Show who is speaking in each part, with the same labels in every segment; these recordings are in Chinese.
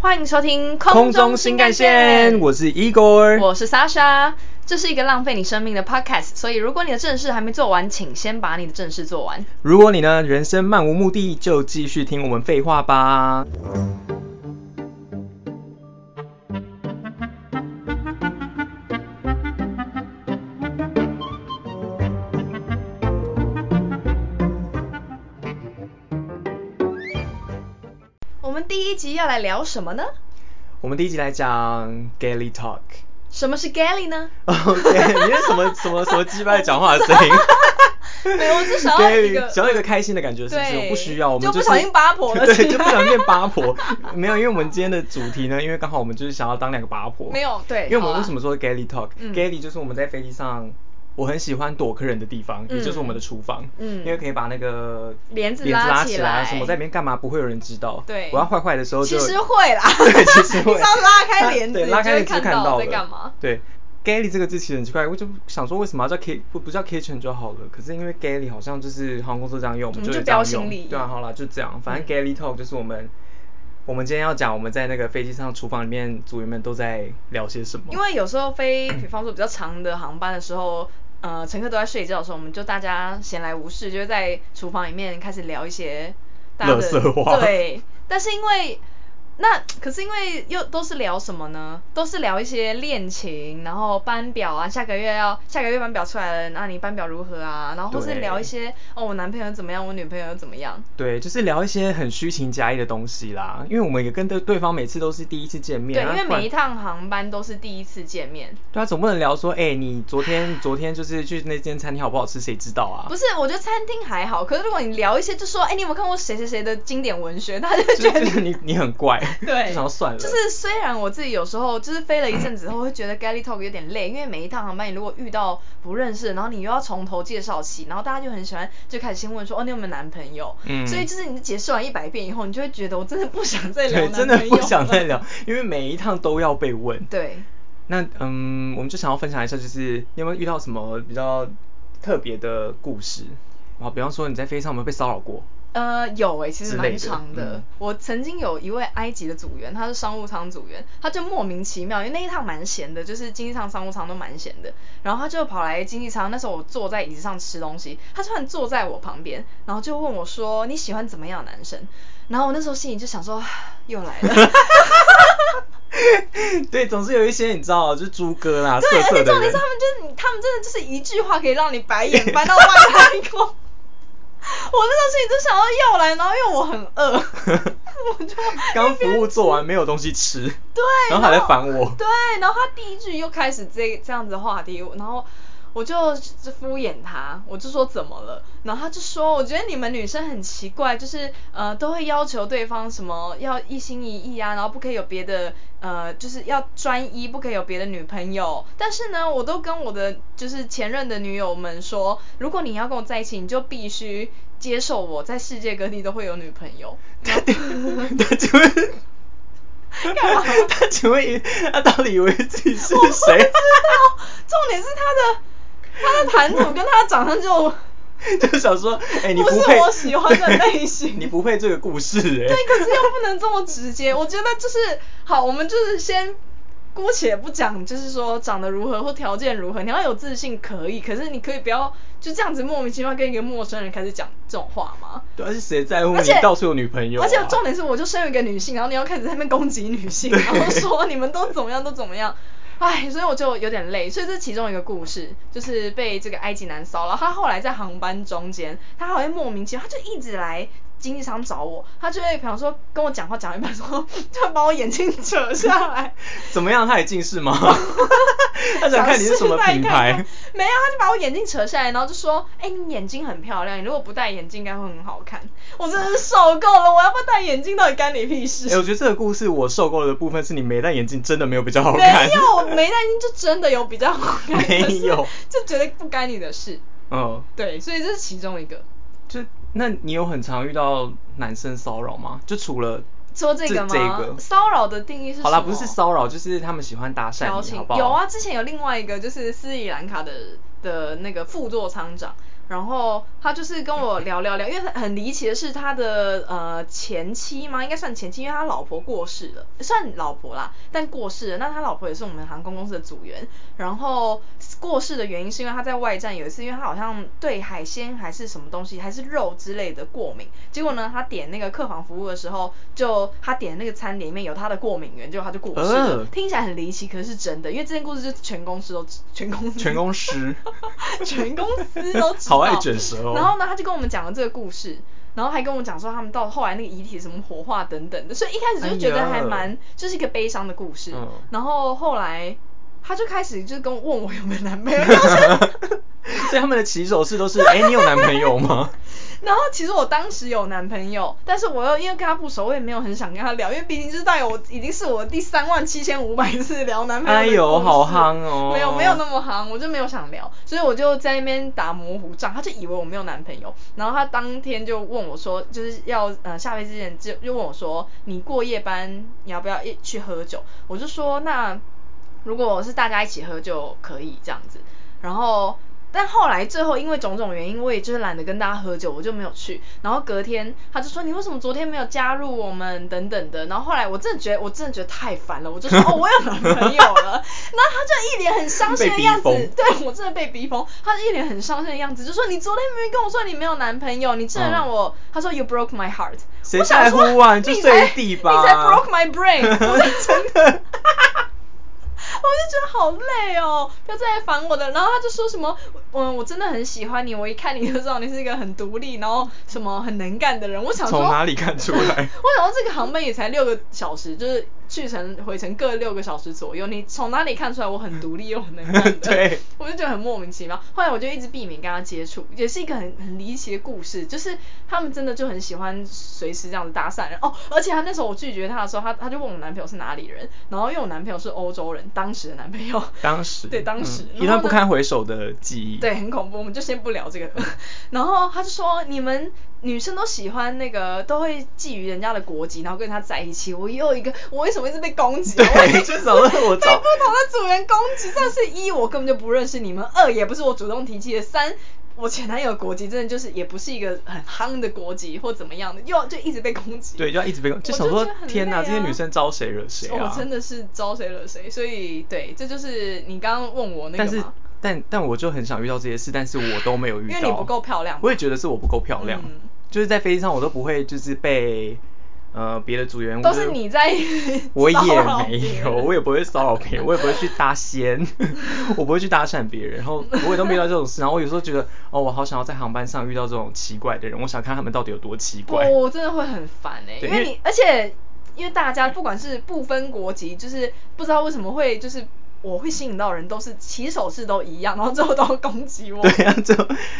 Speaker 1: 欢迎收听
Speaker 2: 空中新干线，我是 Igor。
Speaker 1: 我是 Sasha。这是一个浪费你生命的 podcast，所以如果你的正事还没做完，请先把你的正事做完。
Speaker 2: 如果你呢人生漫无目的，就继续听我们废话吧。
Speaker 1: 我们第一集要来聊什么呢？
Speaker 2: 我们第一集来讲 Gally Talk。
Speaker 1: 什么是 galley 呢？
Speaker 2: OK，你是什么什么什么击败讲话的声音？
Speaker 1: 没有，我只 想要一
Speaker 2: 对，
Speaker 1: 个
Speaker 2: 只要有一个开心的感觉，是不是？
Speaker 1: 对
Speaker 2: 我不需要，我们
Speaker 1: 就不
Speaker 2: 是
Speaker 1: 小心八婆了
Speaker 2: 对，
Speaker 1: 是吧
Speaker 2: 就不小心变八婆。没有，因为我们今天的主题呢，因为刚好我们就是想要当两个八婆。
Speaker 1: 没有对
Speaker 2: 因为我
Speaker 1: 好啊
Speaker 2: 们为什么说 galley
Speaker 1: 嗯
Speaker 2: talk？galley、就是我们在飞机上，我很喜欢躲客人的地方，
Speaker 1: 嗯
Speaker 2: 也就是我们的厨房。
Speaker 1: 嗯
Speaker 2: 因为可以把那个
Speaker 1: 帘子拉
Speaker 2: 拉
Speaker 1: 起
Speaker 2: 来啊，
Speaker 1: 来
Speaker 2: 什么在里面干嘛不会有人知道。
Speaker 1: 对
Speaker 2: 我要坏坏的时候就。
Speaker 1: 其实会啦
Speaker 2: 对，其实会。
Speaker 1: 你只要拉开帘子
Speaker 2: 对
Speaker 1: 你
Speaker 2: 拉
Speaker 1: 就
Speaker 2: 开
Speaker 1: 会
Speaker 2: 帘子
Speaker 1: 看到
Speaker 2: 到
Speaker 1: 在
Speaker 2: 了
Speaker 1: 干嘛
Speaker 2: 对。galley 这个字其实很奇怪，我就想说为什么要叫 k 不不叫 kitchen 就好了？可是因为 galley 好像就是航空公司这样用，我
Speaker 1: 我
Speaker 2: 们
Speaker 1: 们
Speaker 2: 就
Speaker 1: 嗯就
Speaker 2: 会
Speaker 1: 标
Speaker 2: 这样
Speaker 1: 新
Speaker 2: 用
Speaker 1: 立异
Speaker 2: 对啊，好啦，就这样。反正
Speaker 1: 嗯
Speaker 2: galley talk 就是我们，我们今天要讲我们在那个飞机上厨房里面组员们都在聊些什么。
Speaker 1: 因为有时候飞，比方说比较长的航班的时候，呃，乘客都在睡觉的时候，我们就大家闲来无事，就会在厨房里面开始聊一些大家的
Speaker 2: 垃圾话
Speaker 1: 对，但是因为那可是因为又都是聊什么呢？都是聊一些恋情，然后班表啊，下个月要下个月班表出来了，那你班表如何啊？然后或是
Speaker 2: 对
Speaker 1: 聊一些哦，我男朋友怎么样，我女朋友怎么样？
Speaker 2: 对，就是聊一些很虚情假意的东西啦，因为我们也跟对对方每次都是第一次见面，
Speaker 1: 对，因
Speaker 2: 啊
Speaker 1: 为
Speaker 2: 不然
Speaker 1: 每一趟航班都是第一次见面。
Speaker 2: 对啊，总不能聊说，哎、你昨天昨天就是去那间餐厅好不好吃，谁知道啊？
Speaker 1: 不是，我觉得餐厅还好，可是如果你聊一些，就说，哎、你有没有看过谁谁谁的经典文学？他就
Speaker 2: 就
Speaker 1: 觉
Speaker 2: 就
Speaker 1: 得
Speaker 2: 是你你很怪，
Speaker 1: 对，
Speaker 2: 就想要算了。
Speaker 1: 就是虽然我自己有时候就是飞了一阵子后，会觉得 galley talk 有点累，因为每一趟航班你如果遇到不认识的，然后你又要从头介绍起，然后大家就很喜欢就开始先问说，哦，你有没有男朋友？
Speaker 2: 嗯
Speaker 1: 所以就是你解释完一百遍以后，你就会觉得我真的不想再聊
Speaker 2: 对，
Speaker 1: 男
Speaker 2: 真
Speaker 1: 朋友
Speaker 2: 的
Speaker 1: 了，
Speaker 2: 不想再聊，因为每一趟都要被问。
Speaker 1: 对。
Speaker 2: 那嗯，我们就想要分享一下，就是你有没有遇到什么比较特别的故事？然后比方说你在飞机上有没有被骚扰过？
Speaker 1: 呃，有诶、其实
Speaker 2: 之
Speaker 1: 蛮
Speaker 2: 类的
Speaker 1: 长的。
Speaker 2: 嗯
Speaker 1: 我曾经有一位埃及的组员，他是商务舱组员，他就莫名其妙，因为那一趟蛮闲的，就是经济舱、商务舱都蛮闲的。然后他就跑来经济舱，那时候我坐在椅子上吃东西，他突然坐在我旁边，然后就问我说：“你喜欢怎么样的男生？”然后我那时候心里就想说， 又来 了。
Speaker 2: 对，总是有一些你知道，就是猪哥啦，
Speaker 1: 对，
Speaker 2: 啊色
Speaker 1: 而且
Speaker 2: 色的
Speaker 1: 重点
Speaker 2: 人
Speaker 1: 是。他们就是你，他们真的就是一句话可以让你白眼翻到外太空。 我那时候心里就想要又来，然后因为我很饿， 我就
Speaker 2: 刚服务做完没有东西吃，
Speaker 1: 对，
Speaker 2: 然后还在烦我。
Speaker 1: 对，然后他第一句又开始这这样子的话题，然后我就就敷衍他，我就说怎么了，然后他就说，我觉得你们女生很奇怪，就是呃都会要求对方什么要一心一意啊，然后不可以有别的呃就是要专一，不可以有别的女朋友。但是呢，我都跟我的就是前任的女友们说，如果你要跟我在一起，你就必须接受我在世界各地都会有女朋友。
Speaker 2: 他请问，他请问以，他到底以为自己是 谁？
Speaker 1: 道，重点是他的他的谈吐跟他的长相就，
Speaker 2: 就想说，哎、你
Speaker 1: 不是
Speaker 2: 配
Speaker 1: 我喜欢的类型
Speaker 2: 你不配这个故事、哎。
Speaker 1: 对，可是又不能这么直接。我觉得就是好，我们就是先姑且不讲，就是说长得如何或条件如何，你要有自信可以，可是你可以不要就这样子莫名其妙跟一个陌生人开始讲这种话吗？
Speaker 2: 对，而且谁在乎
Speaker 1: 而
Speaker 2: 你
Speaker 1: 且
Speaker 2: 到处有女朋友、啊？
Speaker 1: 而且重点是，我就身为一个女性，然后你要开始在那边攻击女性，然后说你们都怎么样都怎么样，唉，所以我就有点累。所以这是其中一个故事，就是被这个埃及男骚扰。他后来在航班中间，他好像莫名其妙，他就一直来。经济舱找我，他就会比方说跟我讲话讲一半，说 就把我眼镜 扯下来，
Speaker 2: 怎么样？他也近 视吗？ 他想看你是什么品
Speaker 1: 想试
Speaker 2: 牌
Speaker 1: 戴看看？没有，他就把我眼镜扯下来，然后就说：“哎、你眼睛很漂亮，你如果不戴眼镜应该会很好看。”我真的是受够了，我要不要戴眼镜到底干你屁事？
Speaker 2: 哎、我觉得这个故事我受够的部分是你没戴眼镜真的没有比较好看。
Speaker 1: 没 有，没戴眼镜就真的有比较好看，
Speaker 2: 没有
Speaker 1: 可是就觉得不干你的事。
Speaker 2: 嗯，
Speaker 1: 对，所以这是其中一个。
Speaker 2: 就那你有很常遇到男生骚扰吗？就除了
Speaker 1: 说这个
Speaker 2: 这
Speaker 1: 吗？
Speaker 2: 个
Speaker 1: 骚扰的定义是
Speaker 2: 好啦，
Speaker 1: 什么
Speaker 2: 不是骚扰，就是他们喜欢搭
Speaker 1: 调
Speaker 2: 讪你，
Speaker 1: 情
Speaker 2: 好不好？
Speaker 1: 有啊，之前有另外一个就是斯里兰卡的的那个副座舱长，然后他就是跟我聊聊聊，因为很很离奇的是他的呃前妻嘛，应该算前妻，因为他老婆过世了，算老婆啦，但过世了。那他老婆也是我们航空公司的组员，然后过世的原因是因为他在外站有一次，因为他好像对海鲜还是什么东西还是肉之类的过敏，结果呢他点那个客房服务的时候，就他点的那个餐点里面有他的过敏源，结果他就过世了。
Speaker 2: 呃
Speaker 1: 听起来很离奇，可是是真的，因为这件故事就是全公司都知全公司
Speaker 2: 全公司
Speaker 1: 全公司都知道。
Speaker 2: 好爱卷舌哦
Speaker 1: 然后呢，他就跟我们讲了这个故事，然后还跟我们讲说他们到后来那个遗体什么火化等等的，所以一开始就觉得还蛮、
Speaker 2: 哎呀
Speaker 1: 就是一个悲伤的故事。
Speaker 2: 嗯
Speaker 1: 然后后来他就开始就是跟我问我有没有男朋友，然后就
Speaker 2: 所以他们的起手式都是，哎、你有男朋友吗？
Speaker 1: 然后其实我当时有男朋友，但是我又因为跟他不熟，我也没有很想跟他聊，因为毕竟就是带有我已经是我第三万七千五百次聊男朋友的
Speaker 2: 哎呦
Speaker 1: 故事
Speaker 2: 好夯哦
Speaker 1: 没有没有那么夯，我就没有想聊，所以我就在那边打模糊仗，他就以为我没有男朋友，然后他当天就问我说，就是要呃下飞机之前就就问我说，你过夜班你要不要一去喝酒？我就说那如果是大家一起喝就可以这样子。然后，但后来最后因为种种原因，我也就是懒得跟大家喝酒，我就没有去。然后隔天他就说你为什么昨天没有加入我们等等的。然后后来我真的觉得我真的觉得太烦了，我就说哦我有男朋友了。 然后他就一脸很伤心
Speaker 2: 被
Speaker 1: 的
Speaker 2: 逼
Speaker 1: 样子，
Speaker 2: 疯
Speaker 1: 对我真的被逼疯，他就一脸很伤心的样子，就说你昨天明明跟我说你没有男朋友，你真的
Speaker 2: 嗯
Speaker 1: 让我，他说 you broke my heart。
Speaker 2: 谁
Speaker 1: 我想
Speaker 2: 在乎
Speaker 1: 说
Speaker 2: 啊你就
Speaker 1: 你
Speaker 2: 睡
Speaker 1: 才
Speaker 2: 地吧
Speaker 1: 你才 broke my brain，我就
Speaker 2: 真的。
Speaker 1: 我就觉得好累哦，不要再来烦我的。然后他就说什么，嗯，我真的很喜欢你，我一看你就知道你是一个很独立，然后什么很能干的人。我想说，
Speaker 2: 从哪里看出来
Speaker 1: 我想说这个航班也才六个小时，就是去程回程各六个小时左右，你从哪里看出来我很独立又 很能干的？
Speaker 2: 对
Speaker 1: 我就觉得很莫名其妙。后来我就一直避免跟他接触，也是一个很很离奇的故事，就是他们真的就很喜欢随时这样子搭讪人哦。而且他那时候我拒绝他的时候，他他就问我男朋友是哪里人，然后因为我男朋友是欧洲人，当时的男朋友，
Speaker 2: 当时
Speaker 1: 对当时、
Speaker 2: 嗯
Speaker 1: 然
Speaker 2: 一
Speaker 1: 后
Speaker 2: 段
Speaker 1: 呢
Speaker 2: 不堪回首的记忆。
Speaker 1: 对，，很恐怖，我们就先不聊这
Speaker 2: 嗯
Speaker 1: 个。 然后他就说，你们女生都喜欢那个，都会觊觎人家的国籍，然后跟他在一起。我又一个，我为什么一直被攻击啊？
Speaker 2: 对
Speaker 1: 我一直
Speaker 2: 就想说我
Speaker 1: 被
Speaker 2: 找
Speaker 1: 不同的主人攻击，这是一，我根本就不认识你们；二，也不是我主动提起的；三。我前男友的国籍真的就是也不是一个很夯的国籍或怎么样的，又就一直被攻击。
Speaker 2: 对，就要一直被攻，就
Speaker 1: 我
Speaker 2: 想
Speaker 1: 觉
Speaker 2: 说
Speaker 1: 得很
Speaker 2: 天
Speaker 1: 累
Speaker 2: 哪，
Speaker 1: 啊
Speaker 2: 这些女生招谁惹谁
Speaker 1: 我
Speaker 2: 啊？
Speaker 1: 真的是招谁惹谁，所以对，这就是你刚刚问我哦那个
Speaker 2: 但是
Speaker 1: 嘛
Speaker 2: 但但我就很想遇到这些事，但是我都没有遇
Speaker 1: 因
Speaker 2: 到。
Speaker 1: 为你不够漂亮嘛
Speaker 2: 我也觉得是我不够漂亮，
Speaker 1: 嗯
Speaker 2: 就是在飞机上我都不会就是被呃别的组员
Speaker 1: 都是你在
Speaker 2: 我
Speaker 1: 骚
Speaker 2: 也
Speaker 1: 扰
Speaker 2: 没
Speaker 1: 别
Speaker 2: 有，
Speaker 1: 人
Speaker 2: 我也不会骚扰别人，我也不会去搭 仙，我不会去搭讪别人，然后我也都没遇到这种事。然后我有时候觉得，哦，我好想要在航班上遇到这种奇怪的人，我想看他们到底有多奇
Speaker 1: 不，
Speaker 2: 怪。
Speaker 1: 哦我真的会很烦哎、
Speaker 2: 对
Speaker 1: 因为
Speaker 2: 因为
Speaker 1: 你，而且因为大家不管是不分国籍，就是不知道为什么会就是我会吸引到人，都是起手式都一样，然后最后都要攻击我。
Speaker 2: 对啊，就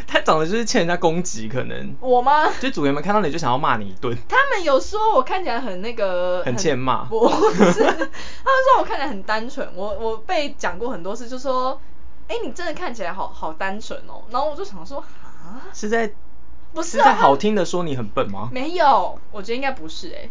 Speaker 2: 他长得就是欠人家攻击，可能
Speaker 1: 我吗？
Speaker 2: 就组员们看到你就想要骂你一顿。
Speaker 1: 哦他们有说我看起来很那个，
Speaker 2: 很欠骂
Speaker 1: 不是，他 们说我看起来很单纯，我我被讲过很多次，就说，哎、你真的看起来好好单纯哦。然后我就想说，啊，
Speaker 2: 是在
Speaker 1: 不是
Speaker 2: 是
Speaker 1: 啊
Speaker 2: 在
Speaker 1: 他
Speaker 2: 好听的说你很笨吗？
Speaker 1: 没有，我觉得应该不是哎、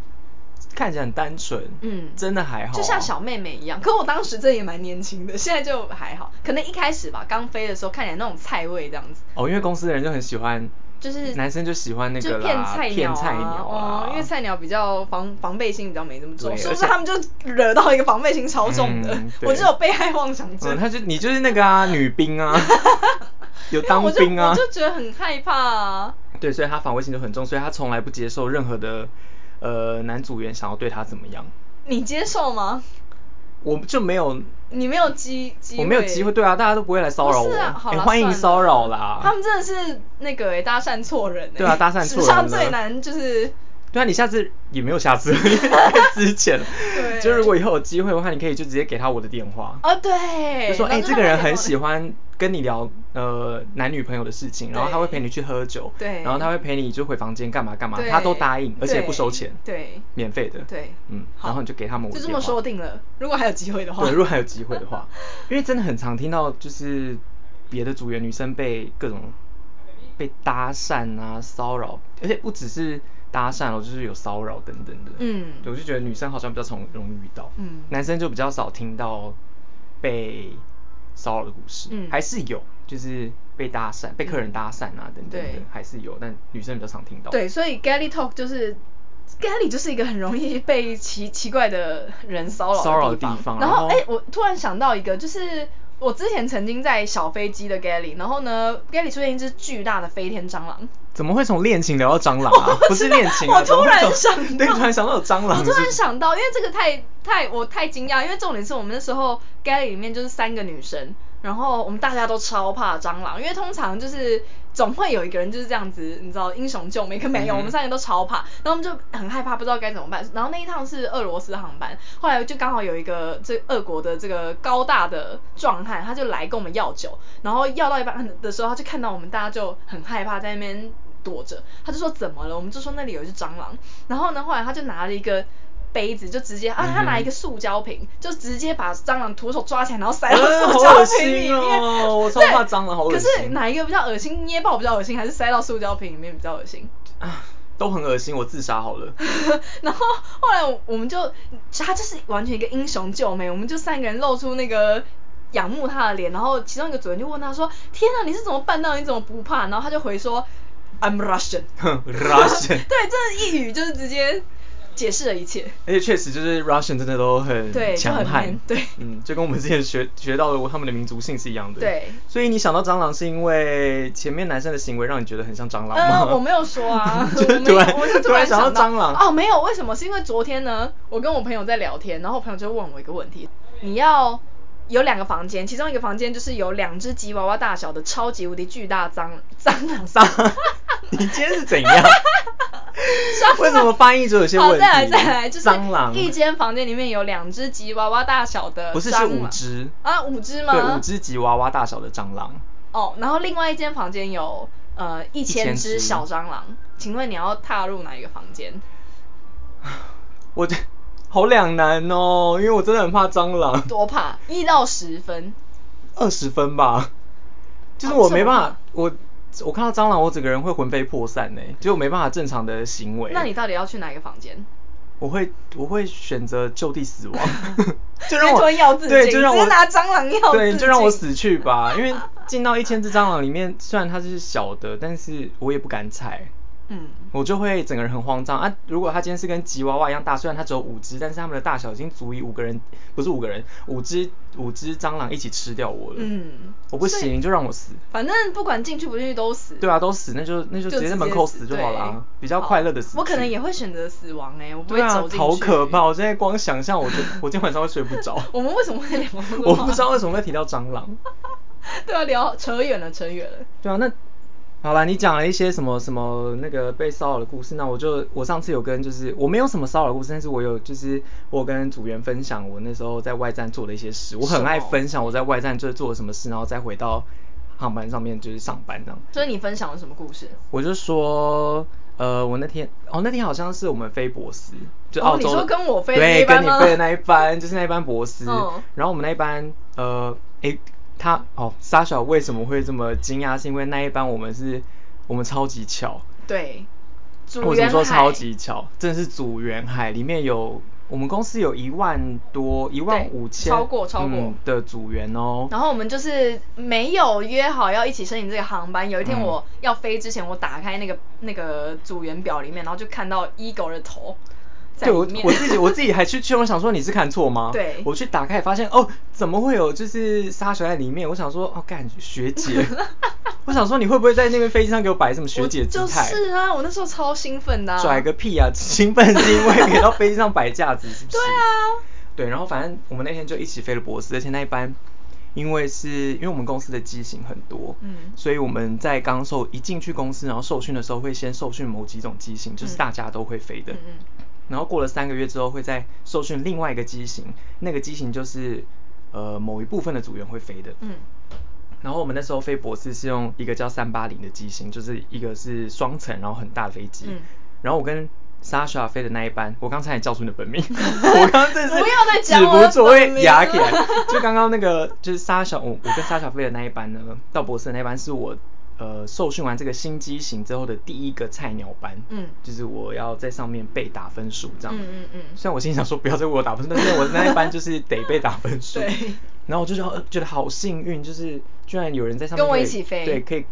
Speaker 2: 看起来很单纯，
Speaker 1: 嗯
Speaker 2: 真的还好啊、
Speaker 1: 就像小妹妹一样。可 我当时真的也蛮年轻的，现在就还好。可能一开始吧，刚飞的时候看起来那种菜味这样子，
Speaker 2: 哦，因为公司的人就很喜欢，
Speaker 1: 就是
Speaker 2: 男生就喜欢那个
Speaker 1: 就
Speaker 2: 啦，
Speaker 1: 骗菜鸟
Speaker 2: 骗菜
Speaker 1: 啊，
Speaker 2: 鸟
Speaker 1: 哦
Speaker 2: 啊，
Speaker 1: 因为菜鸟比较防防备心比较没这么重，
Speaker 2: 对
Speaker 1: 是不
Speaker 2: 而
Speaker 1: 是？
Speaker 2: 且
Speaker 1: 他们就惹到一个防备心超重的，
Speaker 2: 嗯对
Speaker 1: 我就有被害妄想症。
Speaker 2: 嗯，他就你就是那 个啊，女兵啊，有当兵
Speaker 1: 我
Speaker 2: 啊
Speaker 1: 就，我就觉得很害怕啊。
Speaker 2: 对，所以他防卫心就很重，所以他从来不接受任何的呃男组员想要对他怎么样，
Speaker 1: 你接受吗？
Speaker 2: 我就没有
Speaker 1: 你没有机机会，
Speaker 2: 我没有机会，对啊，大家都不会来骚扰
Speaker 1: 不
Speaker 2: 我，
Speaker 1: 是啊，好
Speaker 2: 哎
Speaker 1: 啦
Speaker 2: 欢迎
Speaker 1: 算了
Speaker 2: 骚扰啦，
Speaker 1: 他们真的是那个哎、搭讪错人哎、
Speaker 2: 对啊搭讪错 人
Speaker 1: 史上
Speaker 2: 了
Speaker 1: 最难就是
Speaker 2: 对啊，你下次也没有下 次，因为太之前了
Speaker 1: 对
Speaker 2: 就如果以后有机会的话，你可以就直接给他我的电话，
Speaker 1: 哦对，
Speaker 2: 就说
Speaker 1: 然
Speaker 2: 哎、
Speaker 1: 后
Speaker 2: 这个人
Speaker 1: 让他
Speaker 2: 很
Speaker 1: 给我
Speaker 2: 喜欢跟你聊呃男女朋友的事情，然后
Speaker 1: 对
Speaker 2: 他会陪你去喝酒，
Speaker 1: 对
Speaker 2: 然后他会陪你就回房间干嘛干嘛，
Speaker 1: 对
Speaker 2: 他都答应，而且
Speaker 1: 对
Speaker 2: 不收钱，
Speaker 1: 对
Speaker 2: 免费的，
Speaker 1: 对
Speaker 2: 嗯，
Speaker 1: 好
Speaker 2: 然后你就给他们我
Speaker 1: 就
Speaker 2: 的
Speaker 1: 这
Speaker 2: 电
Speaker 1: 么
Speaker 2: 话
Speaker 1: 说定了。如果还有机会的话，
Speaker 2: 对，如果还有机会的话，因为真的很常听到就是别的组员女生被各种被搭讪啊骚扰，而且不只是搭讪哦，就是有骚扰等等的，
Speaker 1: 嗯
Speaker 2: 对，我就觉得女生好像比较常容易遇到，
Speaker 1: 嗯
Speaker 2: 男生就比较少听到被骚扰的故事，
Speaker 1: 嗯
Speaker 2: 还是有，就是被搭讪、被客人搭讪啊等等的
Speaker 1: 对，
Speaker 2: 还是有，但女生比较常听到。
Speaker 1: 对，所以 galley talk 就是 galley 就是一个很容易被奇奇怪的人骚扰
Speaker 2: 骚扰的
Speaker 1: 地
Speaker 2: 地方
Speaker 1: 然
Speaker 2: 然
Speaker 1: 后
Speaker 2: 后
Speaker 1: 哎、我突然想到一个，就是我之前曾经在小飞机的 galley，然后呢 galley 出现一只巨大的飞天蟑螂。
Speaker 2: 怎么会从恋情聊到蟑 螂啊？不是恋情啊，
Speaker 1: 我突然想
Speaker 2: 怎么会
Speaker 1: 到，
Speaker 2: 从 对，突然想到有蟑螂。
Speaker 1: 我突
Speaker 2: 是
Speaker 1: 然
Speaker 2: 不是
Speaker 1: 想到，因为这个太太我太惊讶，因为重点是我们那时候 galley 里面就是三个女生，然后我们大家都超怕蟑螂，因为通常就是总会有一个人就是这样子，你知道英雄救美，可没有，
Speaker 2: 嗯哼
Speaker 1: 我们三个都超怕，然后我们就很害怕，不知道该怎么办。然后那一趟是俄罗斯航班，后来就刚好有一个这俄国的这个高大的壮汉，他就来跟我们要酒，然后要到一半的时候，他就看到我们大家就很害怕，在那边躲着，他就说怎么了？我们就说那里有一只蟑螂。然后呢，后来他就拿了一个杯子，就直接
Speaker 2: 嗯
Speaker 1: 啊，他拿一个塑胶瓶，就直接把蟑螂徒手抓起来，然后塞到
Speaker 2: 呃
Speaker 1: 塑
Speaker 2: 好
Speaker 1: 胶
Speaker 2: 恶
Speaker 1: 瓶里
Speaker 2: 心
Speaker 1: 面。
Speaker 2: 哦我超
Speaker 1: 对
Speaker 2: 怕蟑螂好恶
Speaker 1: 可是
Speaker 2: 心
Speaker 1: 哪一个比较恶心？捏爆比较恶心，还是塞到塑胶瓶里面比较恶心？
Speaker 2: 啊，都很恶心，我自杀 好了。
Speaker 1: 然后后来我我们就他就是完全一个英雄救美，我们就三个人露出那个仰慕他的脸，然后其中一个主人就问他说：“天啊，你是怎么办到？你怎么不怕？”然后他就回说：“I'm Russian。
Speaker 2: 哼 Russian
Speaker 1: 对，这一语就是直接解释了一切。
Speaker 2: 而且确实就是 Russian 真的都很
Speaker 1: 对就
Speaker 2: 强
Speaker 1: 很
Speaker 2: 悍
Speaker 1: man，，对
Speaker 2: 嗯，就跟我们之前学学到的他们的民族性是一样的。
Speaker 1: 对
Speaker 2: 所以你想到蟑螂是因为前面男生的行为让你觉得很像蟑螂吗？，
Speaker 1: 呃，我没有说啊
Speaker 2: 就是
Speaker 1: 我没
Speaker 2: 突
Speaker 1: 有
Speaker 2: 然
Speaker 1: 我就
Speaker 2: 突然
Speaker 1: 想
Speaker 2: 想到蟑螂
Speaker 1: 哦，没有，为什么？是因为昨天呢，我跟我朋友在聊天，然后我朋友就问我一个问题，你要有两个房间，其中一个房间就是有两只吉娃娃大小的超级无敌巨大蟑蟑螂
Speaker 2: 蟑螂， 你今天是 怎样？ 为什么翻译者有些
Speaker 1: 好，
Speaker 2: 问题？
Speaker 1: 再来再来，就是
Speaker 2: 蟑螂
Speaker 1: 一间房间里面有两只吉娃娃大小的蟑螂，
Speaker 2: 不是是五只
Speaker 1: 啊，五只吗？
Speaker 2: 对，五只吉娃娃大小的蟑螂。
Speaker 1: 哦，然后另外一间房间有呃一千
Speaker 2: 1000
Speaker 1: 只
Speaker 2: 只
Speaker 1: 小蟑螂，请问你要踏入哪一个房间？
Speaker 2: 我这好两难哦，因为我真的很怕蟑螂，
Speaker 1: 多怕，一到十分。
Speaker 2: 二十分吧，就是
Speaker 1: 哦
Speaker 2: 我
Speaker 1: 这
Speaker 2: 没
Speaker 1: 么
Speaker 2: 办
Speaker 1: 怕
Speaker 2: 法，我我看到蟑螂，我整个人会魂飞魄散呢，就我没办法正常的行为。
Speaker 1: 那你到底要去哪一个房间？
Speaker 2: 我会我会选择就地 死亡，
Speaker 1: 直
Speaker 2: 就让
Speaker 1: 接
Speaker 2: 我
Speaker 1: 吞药自
Speaker 2: 对，
Speaker 1: 尽
Speaker 2: 就让
Speaker 1: 直接
Speaker 2: 我
Speaker 1: 拿蟑螂药
Speaker 2: 对，
Speaker 1: 自
Speaker 2: 就让我
Speaker 1: 尽
Speaker 2: 死去吧。因为进到一千只蟑螂里面，虽然它是小的，但是我也不敢踩，
Speaker 1: 嗯，
Speaker 2: 我就会整个人很慌张啊。如果它今天是跟吉娃娃一样大，虽然它只有五只，但是它们的大小已经足以五个人，不是五个人，五只五只蟑螂一起吃掉我了。
Speaker 1: 嗯
Speaker 2: 我不
Speaker 1: 所以
Speaker 2: 行，就让我死。
Speaker 1: 反正不管进去不进去都死。
Speaker 2: 对啊，都死，那就那就直接在门口死就好啦，
Speaker 1: 对
Speaker 2: 比较快乐的死去。
Speaker 1: 我可能也会选择死亡哎、我不会
Speaker 2: 对啊
Speaker 1: 走，进去。
Speaker 2: 好可怕！我现在光想象，我就 我今天晚上会睡不着。
Speaker 1: 我们为什么会聊这个
Speaker 2: 我
Speaker 1: 话
Speaker 2: 不知道为什么会提到蟑螂。
Speaker 1: 对啊，聊扯远了，扯远了。
Speaker 2: 对啊，那好啦，你讲了一些什么什么那个被骚扰的故事，那我就我上次有跟就是我没有什么骚扰故事，但是我有就是我有跟组员分享我那时候在外站做的一些事，我很爱
Speaker 1: 什么
Speaker 2: 分享我在外站就是做了什么事，然后再回到航班上面就是上班这样。
Speaker 1: 所以你分享了什么故事？
Speaker 2: 我就说，呃，我那天哦，那天好像是我们飞博斯，就
Speaker 1: 哦
Speaker 2: 澳洲
Speaker 1: 你
Speaker 2: 的、
Speaker 1: 说跟我飞的那
Speaker 2: 对，
Speaker 1: 一
Speaker 2: 跟
Speaker 1: 班
Speaker 2: 你
Speaker 1: 吗
Speaker 2: 飞的那一班，就是那一班博斯。
Speaker 1: 嗯
Speaker 2: 然后我们那一班，呃，诶，他哦，Sasha 为什么会这么惊讶？是因为那一班我们是，我们超级巧，
Speaker 1: 对，
Speaker 2: 我
Speaker 1: 组
Speaker 2: 怎么
Speaker 1: 员
Speaker 2: 说
Speaker 1: 海
Speaker 2: 超级巧？真的是组员海里面有。我们公司有一万多，一万五千，
Speaker 1: 超过超过
Speaker 2: 嗯的组员哦。
Speaker 1: 然后我们就是没有约好要一起申请这个航班。有一天
Speaker 2: 嗯
Speaker 1: 我要飞之前，我打开那个那个组员表里面，然后就看到 Ego 的头在
Speaker 2: 对
Speaker 1: 里
Speaker 2: 我
Speaker 1: 面。
Speaker 2: 我自己我自己还去确认，我想说你是看错吗？
Speaker 1: 对
Speaker 2: 我去打开发现哦，怎么会有就是沙球在里面？我想说哦，干学 姐，我想说你会不会在那边飞机上给我摆什么学姐姿态？
Speaker 1: 我就是啊，我那时候超兴奋的、啊。
Speaker 2: 拽个屁啊！兴奋是因为给到飞机上摆架子，是不 是？
Speaker 1: 对啊。
Speaker 2: 对，然后反正我们那天就一起飞了博斯，而且那一班，因为是因为我们公司的机型很多，
Speaker 1: 嗯
Speaker 2: 所以我们在刚受一进去公司，然后受训的时候会先受训某几种机型，就是
Speaker 1: 嗯
Speaker 2: 大家都会飞的。
Speaker 1: 嗯嗯
Speaker 2: 然后过了三个月之后，会再受训另外一个机型，那个机型就是呃某一部分的组员会飞的。
Speaker 1: 嗯
Speaker 2: 然后我们那时候飞博士是用一个叫三八零的机型，就是一个是双层，然后很大的飞机。
Speaker 1: 嗯
Speaker 2: 然后我跟 Sasha 飞的那一班，我刚才也叫出你的 本名，我刚刚真的是
Speaker 1: 不要再讲
Speaker 2: 止
Speaker 1: 我的
Speaker 2: 不住
Speaker 1: 本
Speaker 2: 会
Speaker 1: 名
Speaker 2: 牙起来
Speaker 1: 了。
Speaker 2: 就刚刚那个就是 Sasha，我我跟 Sasha 飞的那一班呢，到博士的那一班是我呃受训完这个新机型之后的第一个菜鸟班，
Speaker 1: 嗯
Speaker 2: 就是我要在上面被打分数这样。
Speaker 1: 嗯嗯嗯
Speaker 2: 虽然我心里想说不要再为我打分数，但是我那一班就是得被打分 数。
Speaker 1: 对。
Speaker 2: 然后我就觉得呃觉得好幸运，就是居然有人在上面
Speaker 1: 跟我
Speaker 2: 可以
Speaker 1: 一起飞
Speaker 2: 对，可以。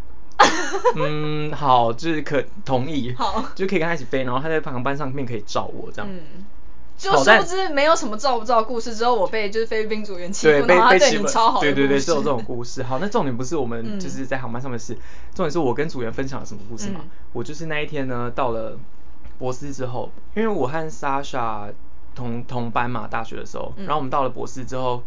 Speaker 2: 嗯，好，就是可同意，
Speaker 1: 好
Speaker 2: 就可以跟他一起飞，然后他在旁班上面可以照我这样。
Speaker 1: 嗯，就
Speaker 2: 好
Speaker 1: 殊不
Speaker 2: 但
Speaker 1: 知没有什么照不照故事，之后我被就是菲律宾组员欺
Speaker 2: 对，
Speaker 1: 负，
Speaker 2: 被
Speaker 1: 然后他
Speaker 2: 被
Speaker 1: 对
Speaker 2: 欺
Speaker 1: 你
Speaker 2: 负
Speaker 1: 超好的
Speaker 2: 对对对，
Speaker 1: 故事
Speaker 2: 是有这种故事。好，那重点不是我
Speaker 1: 嗯
Speaker 2: 们就是在航班上面的事，重点是我跟组员分享了什么故事嘛？
Speaker 1: 嗯
Speaker 2: 我就是那一天呢，到了博斯之后，因为我和 Sasha 同同班嘛，大学的时候，
Speaker 1: 嗯
Speaker 2: 然后我们到了博斯之后。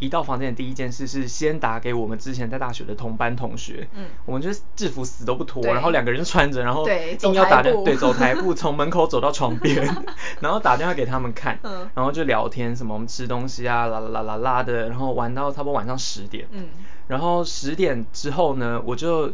Speaker 2: 一到房间的第一件事是先打给我们之前在大学的同班同学，
Speaker 1: 嗯
Speaker 2: 我们就是制服死都不脱，
Speaker 1: 对
Speaker 2: 然后两个人穿着，然后
Speaker 1: 对走
Speaker 2: 硬要
Speaker 1: 台
Speaker 2: 打电
Speaker 1: 步
Speaker 2: 对走台步，从门口走到床 边，然后打电话给他们看，
Speaker 1: 嗯
Speaker 2: 然后就聊天，什么我们吃东西啊，啦啦啦啦啦的，然后玩到差不多晚上十点。
Speaker 1: 嗯
Speaker 2: 然后十点之后呢，我就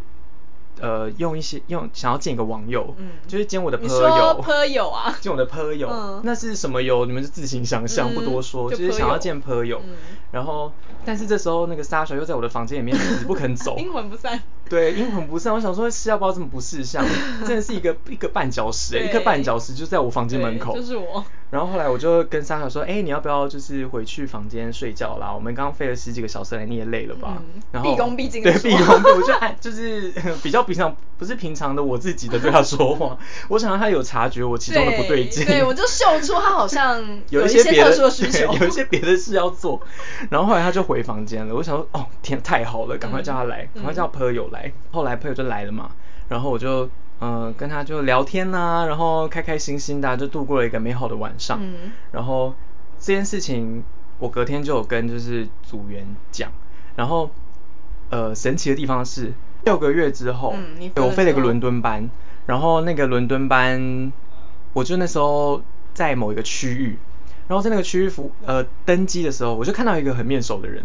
Speaker 2: 呃用一些用想要见一个网友，
Speaker 1: 嗯
Speaker 2: 就是见我的
Speaker 1: 你
Speaker 2: 朋
Speaker 1: 说
Speaker 2: 友，
Speaker 1: 朋友啊
Speaker 2: 见我的朋友，
Speaker 1: 嗯
Speaker 2: 那是什么友？你们就自行想象，
Speaker 1: 嗯
Speaker 2: 不多说，
Speaker 1: 就
Speaker 2: 就是想
Speaker 1: 朋
Speaker 2: 要
Speaker 1: 友
Speaker 2: 见朋友。
Speaker 1: 嗯
Speaker 2: 然后，但是这时候那个 Sasha 又在我的房 间里面死不肯走，
Speaker 1: 阴魂不散。
Speaker 2: 对，阴魂不散。我想说，是要不要这么不识 相？真的是一个一个半小时、欸，一个
Speaker 1: 对
Speaker 2: 半小时就在我房间门口。
Speaker 1: 对就是我。
Speaker 2: 然后后来我就跟莎莎说，哎、你要不要就是回去房间睡觉啦？我们刚刚飞了十几个小时来，你也累了吧？
Speaker 1: 嗯
Speaker 2: 然后
Speaker 1: 毕恭毕敬地
Speaker 2: 对，
Speaker 1: 说
Speaker 2: 毕恭毕，我就 按就是比较平常，不是平常的我自己的对她说话。我想她有察觉我其中的不
Speaker 1: 对
Speaker 2: 劲，
Speaker 1: 对，我就嗅出他好像
Speaker 2: 有
Speaker 1: 一
Speaker 2: 些别
Speaker 1: 特殊
Speaker 2: 的
Speaker 1: 的需求
Speaker 2: ，有一些别的事要做。然后后来他就回房间了，我想说，哦，天，太好了，赶快叫他来，
Speaker 1: 嗯
Speaker 2: 赶快叫朋友来。后来朋友就来了嘛，然后我就嗯、呃跟他就聊天呐、然后开开心心的啊、就度过了一个美好的晚上。
Speaker 1: 嗯
Speaker 2: 然后这件事情我隔天就有跟就是组员讲，然后呃神奇的地方是六个月之后，
Speaker 1: 嗯你飞
Speaker 2: 对我
Speaker 1: 了
Speaker 2: 飞了一
Speaker 1: 之
Speaker 2: 个
Speaker 1: 后
Speaker 2: 伦敦班，然后那个伦敦班，我就那时候在某一个区域，然后在那个区域服呃登机的时候，我就看到一个很面熟的人，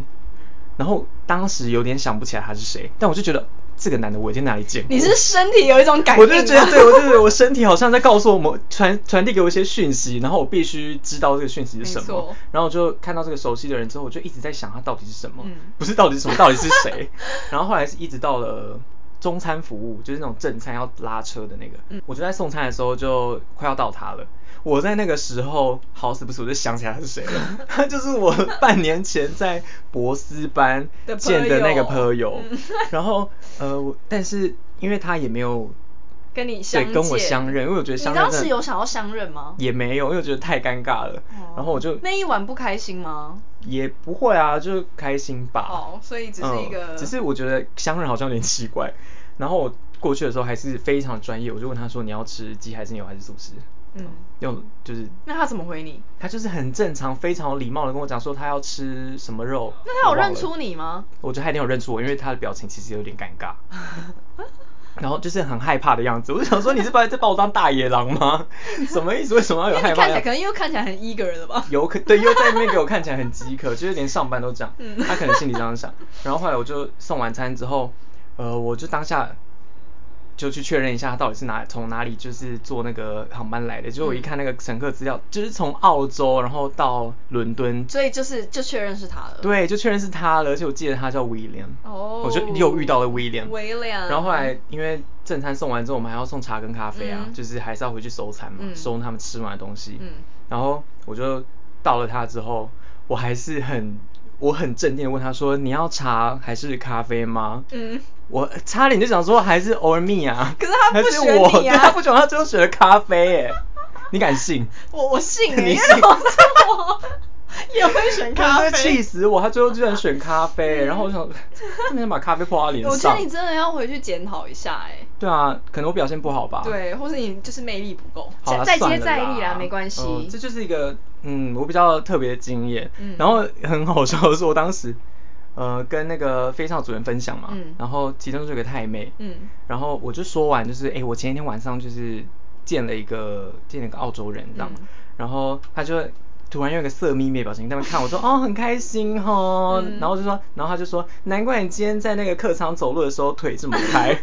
Speaker 2: 然后当时有点想不起来他是谁，但我就觉得这个男的我在哪里见过，
Speaker 1: 你是身体有一种感应吗，
Speaker 2: 我就觉得，对我就觉得我身体好像在告诉我们传传递给我一些讯息，然后我必须知道这个讯息是什
Speaker 1: 没
Speaker 2: 么
Speaker 1: 错。
Speaker 2: 然后我就看到这个熟悉的人之后，我就一直在想他啊到底是什么，
Speaker 1: 嗯
Speaker 2: 不是到底是什么，到底是 谁。然后后来是一直到了中餐服务，就是那种正餐要拉车的那个，
Speaker 1: 嗯
Speaker 2: 我就在送餐的时候就快要到他了。我在那个时候好死不死我就想起来他是谁了， 他就是我半年前在博斯班
Speaker 1: 的朋
Speaker 2: 见的那个
Speaker 1: 友
Speaker 2: 朋友
Speaker 1: 嗯。
Speaker 2: 然后呃，我但是因为他也没有
Speaker 1: 跟你相
Speaker 2: 对，跟我
Speaker 1: 见
Speaker 2: 相认，因为我觉得
Speaker 1: 你
Speaker 2: 相认
Speaker 1: 当
Speaker 2: 真
Speaker 1: 时
Speaker 2: 的
Speaker 1: 有想要相认吗？
Speaker 2: 也没有，因为我觉得太尴尬了。
Speaker 1: 哦
Speaker 2: 然后我就
Speaker 1: 那一晚不开心吗？
Speaker 2: 也不会啊，就开心吧。
Speaker 1: 哦，所以只是一个，
Speaker 2: 嗯，只是我觉得相认好像有点奇怪。然后我过去的时候还是非常专业，我就问他说你要吃鸡还是牛还是素食？
Speaker 1: 嗯，
Speaker 2: 用就是
Speaker 1: 那他怎么回 你？
Speaker 2: 他就是很正常、非常有礼貌的跟我讲说他要吃什么肉。
Speaker 1: 那他有
Speaker 2: 我忘
Speaker 1: 认
Speaker 2: 了
Speaker 1: 出你吗？
Speaker 2: 我觉得他一定有认出我，因为他的表情其实有点尴尬，然后就是很害怕的样子。 我就想说，你是把在把我当大野狼吗？ 什么意思？为什么要
Speaker 1: 因为
Speaker 2: 有
Speaker 1: 你
Speaker 2: 害怕
Speaker 1: 看起
Speaker 2: 的样
Speaker 1: 来
Speaker 2: 子
Speaker 1: 可？能又看起来很 eager 了吧？
Speaker 2: 有可对，又在那边给我看起来很饥渴，就是连上班都这样。
Speaker 1: 嗯
Speaker 2: 他可能心里这样想。然后后来我就送完餐之后，呃，我就当下就去确认一下他到底是哪从哪里就是坐那个航班来的。结果我一看那个乘客资料，就是从澳洲然后到伦敦，
Speaker 1: 所以就是就确认是他了。
Speaker 2: 对，就确认是他了，而且我记得他叫威廉。
Speaker 1: 哦
Speaker 2: 我就又遇到了威廉。
Speaker 1: 威廉
Speaker 2: 然后后来因为正餐送完之后，我们还要送茶跟咖啡啊，
Speaker 1: 嗯
Speaker 2: 就是还是要回去收餐嘛，
Speaker 1: 嗯
Speaker 2: 收他们吃完的东西。
Speaker 1: 嗯
Speaker 2: 然后我就到了他之后，我还是很我很镇定的问他说：“你要茶还是咖啡吗？”
Speaker 1: 嗯，
Speaker 2: 我差点就想说还是 or me 啊，
Speaker 1: 可是他不
Speaker 2: 还是
Speaker 1: 选
Speaker 2: 我，
Speaker 1: 你啊
Speaker 2: 对他不选我，他最后选了咖啡哎，你 敢信？
Speaker 1: 我我信欸，
Speaker 2: 你
Speaker 1: 因为
Speaker 2: 信
Speaker 1: 如果是我也会选咖
Speaker 2: 啊他真的气
Speaker 1: 啡。嗯
Speaker 2: 死我！他最后居然选咖啡，然后我想，不能把咖啡泼到脸上。
Speaker 1: 我觉得你真的要回去检讨一下哎、
Speaker 2: 对啊，可能我表现不好吧。。
Speaker 1: 对，或是你就是魅力不够，
Speaker 2: 好
Speaker 1: 再
Speaker 2: 啦
Speaker 1: 再
Speaker 2: 算
Speaker 1: 接
Speaker 2: 了
Speaker 1: 再厉
Speaker 2: 啦，
Speaker 1: 啦，没关系。
Speaker 2: 嗯这就是一个嗯，我比较特别的经验。
Speaker 1: 嗯
Speaker 2: 然后很好笑的是，我当时呃跟那个飞少主任分享嘛，
Speaker 1: 嗯
Speaker 2: 然后其中就有个太妹，
Speaker 1: 嗯
Speaker 2: 然后我就说完就是，哎、我前一天晚上就是见了一个见了一个澳洲人，这样，
Speaker 1: 嗯
Speaker 2: 然后他就。突然用一个色眯眯的表情在那边看我说哦很开心哦，
Speaker 1: 嗯
Speaker 2: 然后就说，然后他就说难怪你今天在那个客舱走路的时候腿这么 开，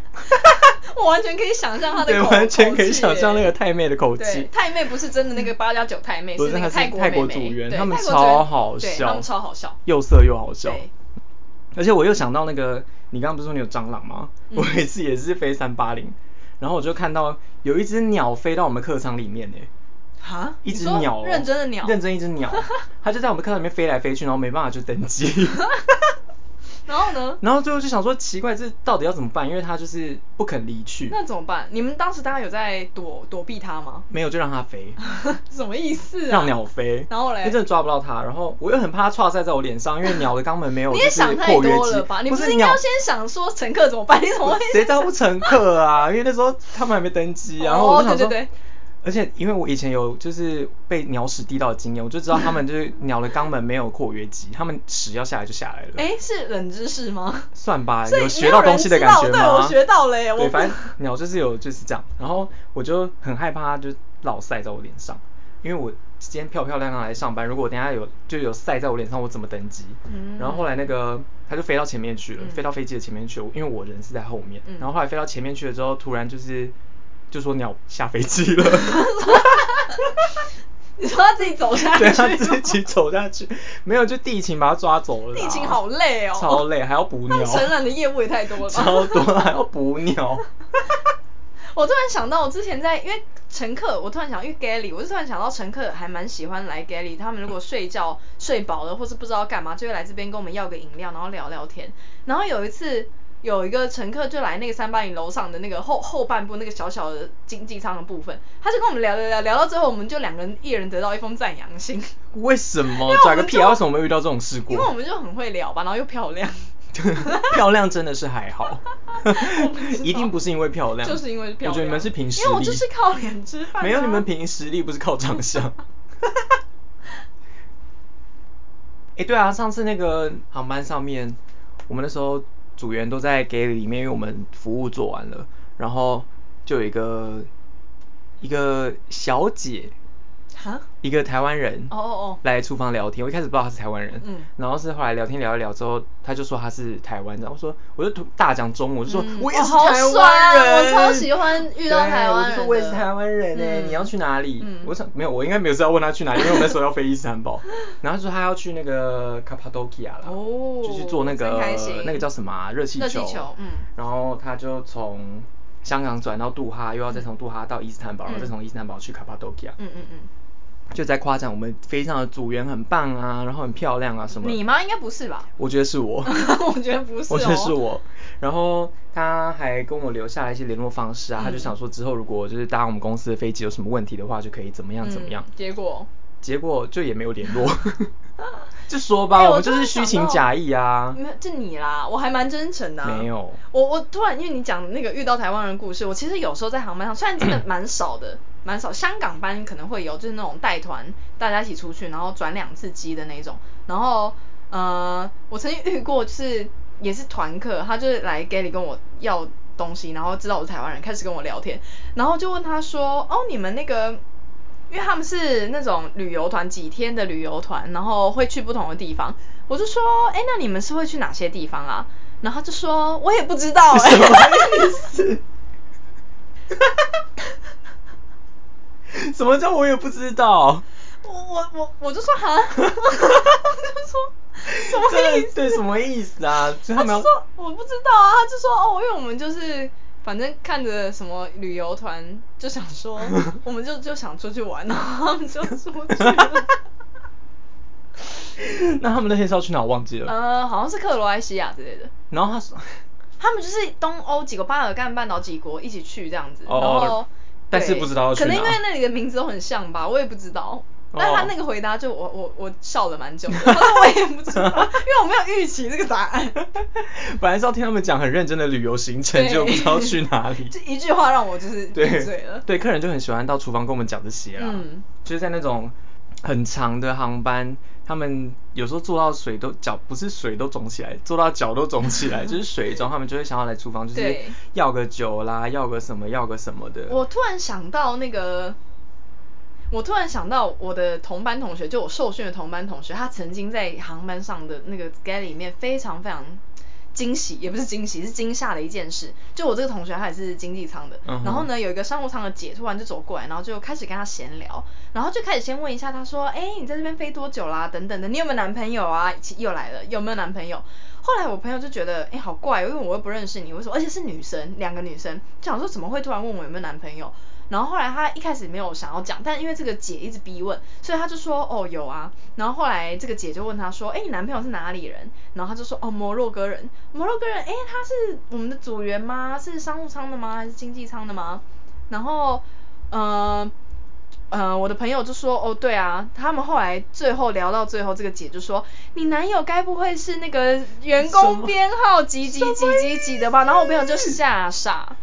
Speaker 1: 我完全可以想象他的
Speaker 2: 对，
Speaker 1: 口
Speaker 2: 完全可以想象那个
Speaker 1: 太
Speaker 2: 太妹的口
Speaker 1: 对
Speaker 2: 气，。
Speaker 1: 太妹不是真的那个八加九太妹，
Speaker 2: 不是
Speaker 1: 那个
Speaker 2: 她是
Speaker 1: 国
Speaker 2: 泰
Speaker 1: 泰
Speaker 2: 国组员
Speaker 1: 对
Speaker 2: 他们
Speaker 1: 泰国组员
Speaker 2: 超好
Speaker 1: 对
Speaker 2: 笑
Speaker 1: 他们超好笑。
Speaker 2: 又色又好笑。
Speaker 1: 对，
Speaker 2: 而且我又想到那个，你刚刚不是说你有蟑螂吗？
Speaker 1: 嗯
Speaker 2: 我有一次也是飞三八零，然后我就看到有一只鸟飞到我们客舱里面呢、欸
Speaker 1: 哈，
Speaker 2: 一
Speaker 1: 你
Speaker 2: 只
Speaker 1: 说
Speaker 2: 鸟、哦，
Speaker 1: 认真的鸟，
Speaker 2: 认真一只 鸟，它就在我们课堂里面飞来飞去，然后没办法就登机。
Speaker 1: 然后呢？
Speaker 2: 然后最后就想说，奇怪，这到底要怎么办？因为它就是不肯离去，
Speaker 1: 那怎么办？你们当时大家有在躲躲避它吗？
Speaker 2: 没有就让它飞，
Speaker 1: 什么意思啊？
Speaker 2: 让鸟飞。
Speaker 1: 然后嘞
Speaker 2: 因为真的抓不到它，然后我又很怕它撞在在我脸上，因为鸟的肛门没有
Speaker 1: 你
Speaker 2: 就
Speaker 1: 也
Speaker 2: 是
Speaker 1: 想太
Speaker 2: 括约
Speaker 1: 多
Speaker 2: 肌
Speaker 1: 了吧？你
Speaker 2: 不
Speaker 1: 不
Speaker 2: 是
Speaker 1: 是应该
Speaker 2: 鸟
Speaker 1: 要先想说乘客怎么办？你怎么会？
Speaker 2: 谁叫不乘客啊？因为那时候他们还没登机啊，然后
Speaker 1: 哦
Speaker 2: 我就想说，
Speaker 1: 对对对
Speaker 2: 而且因为我以前有就是被鸟屎滴到的经验，我就知道他们就是鸟的肛门没有括约肌，他们屎要下来就下来了。
Speaker 1: 哎，是冷知识吗？
Speaker 2: 算吧，
Speaker 1: 所以
Speaker 2: 学到东西的感觉
Speaker 1: 没有人知道对
Speaker 2: 吗？
Speaker 1: 我学到了耶我
Speaker 2: 对，
Speaker 1: 不
Speaker 2: 反正鸟就是有就是这样，然后我就很害怕，就老晒在我脸上，因为我今天漂漂亮亮来上班，如果我等一下有就有晒在我脸上，我怎么登机？
Speaker 1: 嗯
Speaker 2: 然后后来那个它就飞到前面去了，
Speaker 1: 嗯
Speaker 2: 飞到飞机的前面去了，因为我人是在后面，
Speaker 1: 嗯
Speaker 2: 然后后来飞到前面去了之后，突然就是就说鸟下飞机 了。
Speaker 1: 你说他自己走下去
Speaker 2: 对
Speaker 1: 吗，
Speaker 2: 他自己走下去，没有就地勤把他抓走了啦。
Speaker 1: 地勤好累哦
Speaker 2: 啊超累，还要捕
Speaker 1: 他
Speaker 2: 鸟。
Speaker 1: 们承揽的业务也太多了吧
Speaker 2: 超多，还要捕鸟。
Speaker 1: 我突然想到，我之前在因为乘客，我突然想，因为 Gally，我就突然想到乘客还蛮喜欢来 Gally，他们如果睡觉睡饱了，或是不知道干嘛，就会来这边跟我们要个饮料，然后聊聊天。然后有一次。有一个乘客就来那个三八零楼上的那个后后半部那个小小的经济舱的部分，他就跟我们聊聊聊聊到最后，我们就两个人一人得到一封赞扬信，
Speaker 2: 为什
Speaker 1: 因
Speaker 2: 么
Speaker 1: 为我
Speaker 2: 拽
Speaker 1: 们
Speaker 2: 个屁
Speaker 1: 就
Speaker 2: 啊？为什么没有遇到这种事故？
Speaker 1: 因为我们就很会聊吧，然后又漂 亮。
Speaker 2: 漂亮真的是还好
Speaker 1: 我不知，道
Speaker 2: 一定不是因为漂亮，
Speaker 1: 就是因为漂亮。
Speaker 2: 我觉得你们是凭实力，
Speaker 1: 因为我就是靠脸吃饭啊、
Speaker 2: 没有你们凭实力，不是靠 长相。哎、对啊，上次那个航班上面，我们那时候组员都在给里面，因为我们服务做完了，然后就有一个一个小姐，
Speaker 1: 哈
Speaker 2: 一个台湾人，
Speaker 1: 哦哦哦
Speaker 2: 来厨房聊天。我一开始不知道她是台湾人，
Speaker 1: 嗯
Speaker 2: 然后是后来聊天聊一聊之后，她就说她是台湾人，我说我就突大讲中文，我就说、
Speaker 1: 嗯
Speaker 2: 我也
Speaker 1: 哦
Speaker 2: 是
Speaker 1: 好
Speaker 2: 台
Speaker 1: 爽
Speaker 2: 湾人，
Speaker 1: 我超喜欢遇到
Speaker 2: 对
Speaker 1: 台湾
Speaker 2: 我就
Speaker 1: 人
Speaker 2: 说我也
Speaker 1: 的
Speaker 2: 是台湾人哎、
Speaker 1: 嗯
Speaker 2: 你要去哪里？
Speaker 1: 嗯
Speaker 2: 我想没有，我应该没有是要问她去哪里，因为我那时候要飞伊斯坦堡，然后她说她要去那个卡帕多基亚啦，
Speaker 1: 哦
Speaker 2: 就是坐那
Speaker 1: 真
Speaker 2: 个
Speaker 1: 开心
Speaker 2: 那个叫什么、啊、热气
Speaker 1: 热
Speaker 2: 球，
Speaker 1: 气球嗯
Speaker 2: 然后她就从。香港转到杜哈，又要再从杜哈到伊斯坦堡，然后再从伊斯坦堡去卡帕多基亚。
Speaker 1: 嗯嗯嗯，
Speaker 2: 就在夸奖我们飞上的组员很棒啊，然后很漂亮啊什么。
Speaker 1: 你？吗？应该不是吧？
Speaker 2: 我觉得是我，
Speaker 1: 我觉得不是、哦，
Speaker 2: 我觉得是我。然后他还跟我留下来一些联络方式啊，
Speaker 1: 嗯
Speaker 2: 他就想说之后如果就是搭我们公司的飞机有什么问题的话，就可以怎么样怎么样。
Speaker 1: 嗯结果
Speaker 2: 结果就也没 有联络，就说吧，
Speaker 1: 哎
Speaker 2: 啊我们
Speaker 1: 突
Speaker 2: 就
Speaker 1: 然
Speaker 2: 是虚
Speaker 1: 想
Speaker 2: 情
Speaker 1: 到
Speaker 2: 假意啊。
Speaker 1: 没有，就你啦，我还蛮真诚的、啊。
Speaker 2: 没有
Speaker 1: 我我突然因为你讲那个遇到台湾人故事，我其实有时候在航班上，虽然真的蛮少的，蛮少，香港班可能会有，就是那种带团大家一起出去，然后转两次机的那种。然后呃，我曾经遇过，就是也是团客，他就是来 g a l y 跟我要东西，然后知道我是台湾人，开始跟我聊天，然后就问他说，哦，你们那个因为他们是那种旅游团，几天的旅游团，然后会去不同的地方。我就说，哎、那你们是会去哪些地方啊？然后他就说，我也不知道、哎，
Speaker 2: 什么意思？什么叫我也不知道？
Speaker 1: 我我我我就说哈， 我就说 什么意思？
Speaker 2: 对，什么意思啊？就他
Speaker 1: 他
Speaker 2: 们
Speaker 1: 就
Speaker 2: 要
Speaker 1: 说我不知道啊，他就说哦，因为我们就是反正看着什么旅游团，就想 说我们就就想出去玩，然后他们就出去 了。
Speaker 2: 那他们那天是要去哪？我忘记了。
Speaker 1: 呃，好像是克罗埃西亚之类的。
Speaker 2: 然后他说，
Speaker 1: 他们就是东欧几个巴尔干半岛几国一起去这样子，
Speaker 2: 哦
Speaker 1: 然后
Speaker 2: 但是
Speaker 1: 对
Speaker 2: 不知道要去
Speaker 1: 可能因为
Speaker 2: 哪
Speaker 1: 那里的名字都很像吧，我也不知道。
Speaker 2: 哦
Speaker 1: 但他那个回答就我我我笑了蛮久的，他说我也不知 道，因为我没有预期这个答案，
Speaker 2: 本来是要听他们讲很认真的旅游行程，
Speaker 1: 对
Speaker 2: 就不知道去哪里。
Speaker 1: 这一句话让我就是闭嘴
Speaker 2: 对
Speaker 1: 了，。
Speaker 2: 对，客人就很喜欢到厨房跟我们讲这些啦。
Speaker 1: 嗯
Speaker 2: 就是在那种很长的航班，他们有时候坐到水都脚不是水都 肿起来，坐到脚都肿起来，就是水肿，他们就会想要来厨房，就是
Speaker 1: 对
Speaker 2: 要个酒啦，要个什么，要个什么的。
Speaker 1: 我突然想到那个，我突然想到我的同班同学，就我受训的同班同学，他曾经在航班上的那个 galley 里面非常非常惊喜，也不是惊喜，是惊吓的一件事。就我这个同学，他也是经济舱的，
Speaker 2: 嗯哼
Speaker 1: 然后呢，有一个商务舱的姐突然就走过来，然后就开始跟他闲聊，然后就开始先问一下他说，哎，你在这边飞多久啦？等等的，你有没有男朋友啊？其又来了，有没有男朋友？后来我朋友就觉得，哎，好怪哦，因为我又不认识你，为什么？而且是女生，两个女生，就想说怎么会突然问我有没有男朋友？然后后来他一开始没有想要讲，但因为这个姐一直逼问，所以他就说哦有啊。然后后来这个姐就问他说，哎，你男朋友是哪里人？然后他就说哦摩洛哥人，摩洛哥人，哎，他是我们的组员吗？是商务舱的吗？还是经济舱的吗？然后，呃，呃，我的朋友就说，哦，对啊，他们后来最后聊到最后，这个姐就说，你男友该不会是那个员
Speaker 2: 什
Speaker 1: 工
Speaker 2: 么
Speaker 1: 编号几几几几几的吧？然后我朋友就吓傻。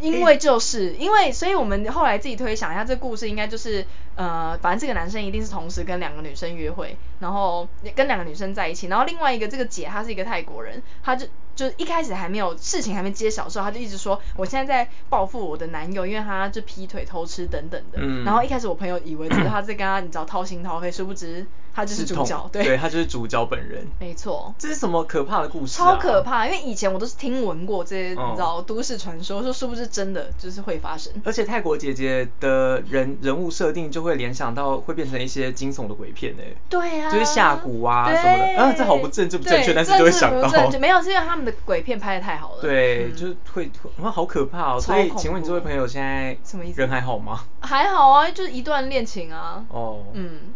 Speaker 1: 因为就是因为，所以我们后来自己推想一下，这故事应该就是，呃，反正这个男生一定是同时跟两个女生约会，然后跟两个女生在一起，然后另外一个这个姐她是一个泰国人，她就就一开始还没有事情还没揭晓的时候，她就一直说我现在在报复我的男友，因为他就劈腿、偷吃等等的。
Speaker 2: 嗯
Speaker 1: 然后一开始我朋友以为只是他在跟他你知道掏心掏肺，殊不知他就是主
Speaker 2: 同
Speaker 1: 角，
Speaker 2: 对，
Speaker 1: 对，
Speaker 2: 他就是主角本人。
Speaker 1: 没错。
Speaker 2: 这是什么可怕的故事、啊？
Speaker 1: 超可！怕，因为以前我都是听闻过这些，
Speaker 2: 嗯
Speaker 1: 你知道都市传说，说殊不知真的就是会发生。
Speaker 2: 而且泰国姐姐的人人物设定就会联想到会变成一些惊悚的鬼片哎、
Speaker 1: 对啊，
Speaker 2: 就是下蛊啊什么的
Speaker 1: 对
Speaker 2: 啊这好不正这不正确
Speaker 1: 对
Speaker 2: 但是就会想到
Speaker 1: 政治不正确没有，是因为他们的鬼片拍的太好了。
Speaker 2: 对，
Speaker 1: 嗯
Speaker 2: 就是会哇好可怕哦！
Speaker 1: 超
Speaker 2: 所以
Speaker 1: 恐怖
Speaker 2: 请问你这位朋友现在
Speaker 1: 什么意思
Speaker 2: 人还好吗？
Speaker 1: 还好啊，就是一段恋情啊。
Speaker 2: 哦，
Speaker 1: 嗯，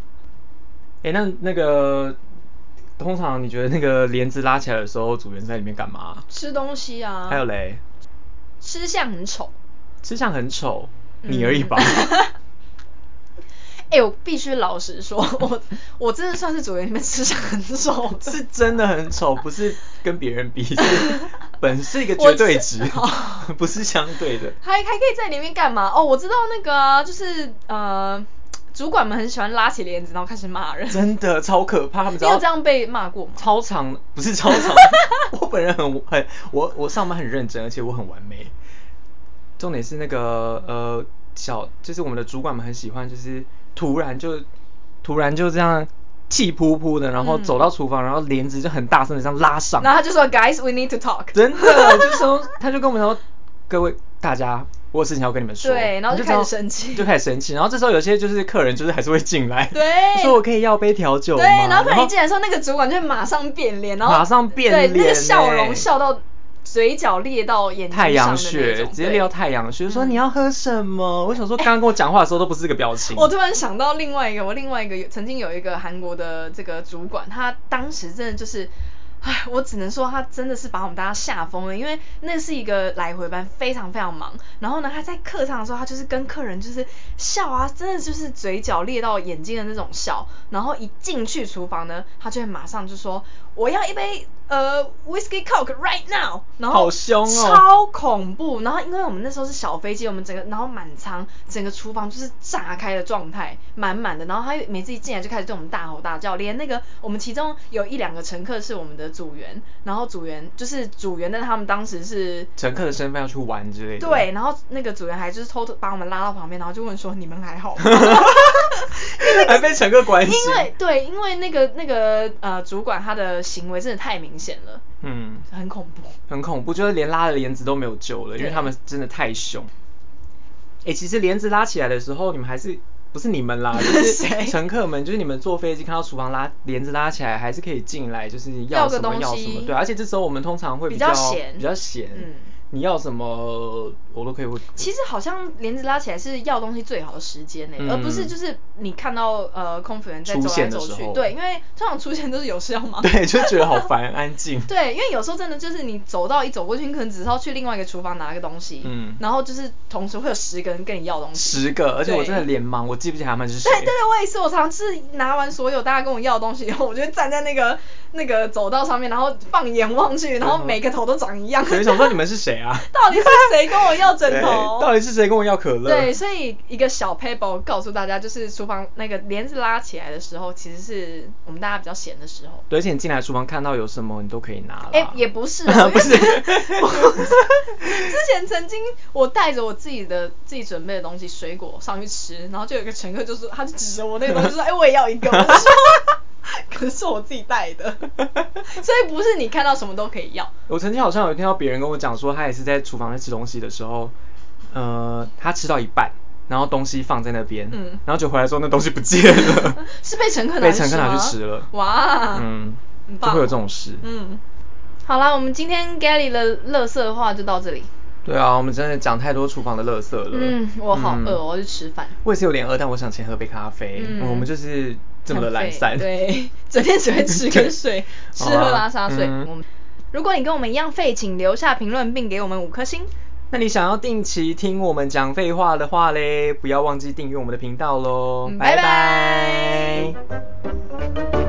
Speaker 2: 哎、那那个通常你觉得那个帘子拉起来的时候，组员在里面干嘛？
Speaker 1: 吃东西啊。
Speaker 2: 还有嘞，
Speaker 1: 吃相很丑。
Speaker 2: 吃相很丑，
Speaker 1: 嗯
Speaker 2: 你而已吧。
Speaker 1: 哎、我必须老实说，我我真的算是组员里面吃相很丑的。
Speaker 2: 是真的很丑，不是跟别 人比，是本是一个绝对值，
Speaker 1: 哦
Speaker 2: 不是相对的。
Speaker 1: 还还可以在里面干嘛？哦，我知道那个啊，就是呃，主管们很喜欢拉起帘子，然后开始骂人。
Speaker 2: 真的超可怕，他们
Speaker 1: 你
Speaker 2: 只要
Speaker 1: 有这样被骂过吗？
Speaker 2: 超长 不是超长，我本人很很我我上班很认真，而且我很完美。重点是那个呃小，就是我们的主管们很喜欢，就是突然就突然就这样气扑扑的，然后
Speaker 1: 嗯
Speaker 2: 走到厨房，然后帘子就很大声的这样拉上，
Speaker 1: 然后他就说，Guys, we need to talk。
Speaker 2: 真的，就是说，他就跟我们说，各位大家，我有事情要跟你们说。
Speaker 1: 对然后就
Speaker 2: 知道
Speaker 1: 开始生气
Speaker 2: 就开始生气。然后这时候有些就是客人就是还是会进来，
Speaker 1: 对
Speaker 2: 说我可以要杯调酒吗
Speaker 1: 对，然后他一进来的时候，那个主管就会马上变脸，然后
Speaker 2: 马上变
Speaker 1: 对，那
Speaker 2: 脸
Speaker 1: 个笑
Speaker 2: 欸
Speaker 1: 容笑到嘴角裂到眼睛
Speaker 2: 太阳
Speaker 1: 上的那
Speaker 2: 穴，
Speaker 1: 种
Speaker 2: 直接
Speaker 1: 对
Speaker 2: 列到太阳穴，说
Speaker 1: 嗯
Speaker 2: 你要喝什么？我想说，刚刚跟我讲话的时候都不是这个表 情。
Speaker 1: 我突然想到另外一个，我另外一个有曾经有一个韩国的这个主管，他当时真的就是。唉，我只能说他真的是把我们大家吓疯了，因为那是一个来回班，非常非常忙。然后呢，他在课堂的时候，他就是跟客人就是笑啊，真的就是嘴角裂到眼睛的那种笑。然后一进去厨房呢，他就会马上就说：“我要一杯呃 whiskey coke right now。”然后
Speaker 2: 好凶哦
Speaker 1: 超恐怖。然后因为我们那时候是小飞机，我们整个然后满仓整个厨房就是炸开的状态，满满的。然后他每次一进来就开始对我们大吼大叫，连那个我们其中有一两个乘客是我们的组员，然后组员就是组员，但是他们当时是
Speaker 2: 乘客的身份要去玩之类的。
Speaker 1: 对，，然后那个组员还就是偷偷把我们拉到旁边，然后就问说你们还好吗？
Speaker 2: 还被乘客关心。
Speaker 1: 因为对，因为那个那个呃主管他的行为真的太明显了，
Speaker 2: 嗯，
Speaker 1: 很恐怖。
Speaker 2: 很恐怖，就是连拉的帘子都没有救了，因
Speaker 1: 对
Speaker 2: 为他们真的太凶。哎、其实帘子拉起来的时候，你们还是不是你们 啦，就
Speaker 1: 谁
Speaker 2: 是乘客们，就是你们坐飞机看到厨房拉帘子拉起来，还是可以进来，就是
Speaker 1: 要个
Speaker 2: 什么
Speaker 1: 东
Speaker 2: 要什么
Speaker 1: 西，
Speaker 2: 对，而且这时候我们通常会
Speaker 1: 比
Speaker 2: 较
Speaker 1: 较闲
Speaker 2: 比较闲，
Speaker 1: 嗯
Speaker 2: 你要什么我都可以问。
Speaker 1: 其实好像帘子拉起来是要东西最好的时间呢、
Speaker 2: 嗯
Speaker 1: 而不是就是你看到呃空服员在
Speaker 2: 出
Speaker 1: 走来
Speaker 2: 现的
Speaker 1: 走
Speaker 2: 时
Speaker 1: 去
Speaker 2: 候，
Speaker 1: 对，因为通常出现都是有事要忙。
Speaker 2: 对，就觉得好烦，安静。
Speaker 1: 对，因为有时候真的就是你走到一走过去，你可能只是要去另外一个厨房拿个东西，
Speaker 2: 嗯
Speaker 1: 然后就是同时会有十个人跟你要东西。
Speaker 2: 十个，而且我
Speaker 1: 对
Speaker 2: 真的脸盲，我记不起他们是谁
Speaker 1: 对。对 对，我也是，我常是拿完所有大家跟我要的东西以后，我就会站在那个 那个走道上面，然后放眼望去，然
Speaker 2: 嗯
Speaker 1: 后每个头都长一样，
Speaker 2: 所以想说你们是谁啊？
Speaker 1: 到底是谁跟我要 枕头？
Speaker 2: 对到底是谁跟我要可乐？
Speaker 1: 对，所以一个小 paper 告诉大家，就是厨房那个帘子拉起来的时候，其实是我们大家比较闲的时候。
Speaker 2: 对，而且你进来厨房看到有什么，你都可以拿啦。
Speaker 1: 哎、也不是 啊，
Speaker 2: 不是
Speaker 1: 因为 之前曾经我带着我自己的自己准备的东西水 果上去吃，然后就有一个乘客就说，他就指着我那个东西说，哎、我也要一个。我就说是我自己带的，所以不是你看到什么都可以要。
Speaker 2: 我曾经好像有听到别人跟我讲说，他也是在厨房在吃东西的时候，呃，他吃到一半，然后东西放在那边，
Speaker 1: 嗯
Speaker 2: 然后就回来说那东西不见 了，
Speaker 1: 是被乘客拿
Speaker 2: 被
Speaker 1: 去
Speaker 2: 乘客拿去
Speaker 1: 吗
Speaker 2: 吃了。
Speaker 1: 哇
Speaker 2: 嗯
Speaker 1: 啊很，
Speaker 2: 就
Speaker 1: 棒
Speaker 2: 会有
Speaker 1: 哦
Speaker 2: 这种事。
Speaker 1: 嗯，好啦，我们今天 Gally 的乐色话就到这里。
Speaker 2: 对啊，我们真的讲太多厨房的垃圾了。
Speaker 1: 嗯，我好
Speaker 2: 嗯
Speaker 1: 饿，我要去吃饭。
Speaker 2: 我也是有点饿，但我想先喝杯咖啡。
Speaker 1: 嗯
Speaker 2: 我们就是这么的
Speaker 1: 很
Speaker 2: 懒
Speaker 1: 废
Speaker 2: 散。，
Speaker 1: 对，整天只会吃跟睡 吃
Speaker 2: 好啊
Speaker 1: 喝拉撒睡。
Speaker 2: 嗯
Speaker 1: 我们如果你跟我们一样废，请留下评论并给我们五颗星。
Speaker 2: 那你想要定期听我们讲废话的话嘞，不要忘记订阅我们的频道喽。
Speaker 1: 嗯
Speaker 2: 拜
Speaker 1: 拜
Speaker 2: 拜。
Speaker 1: 拜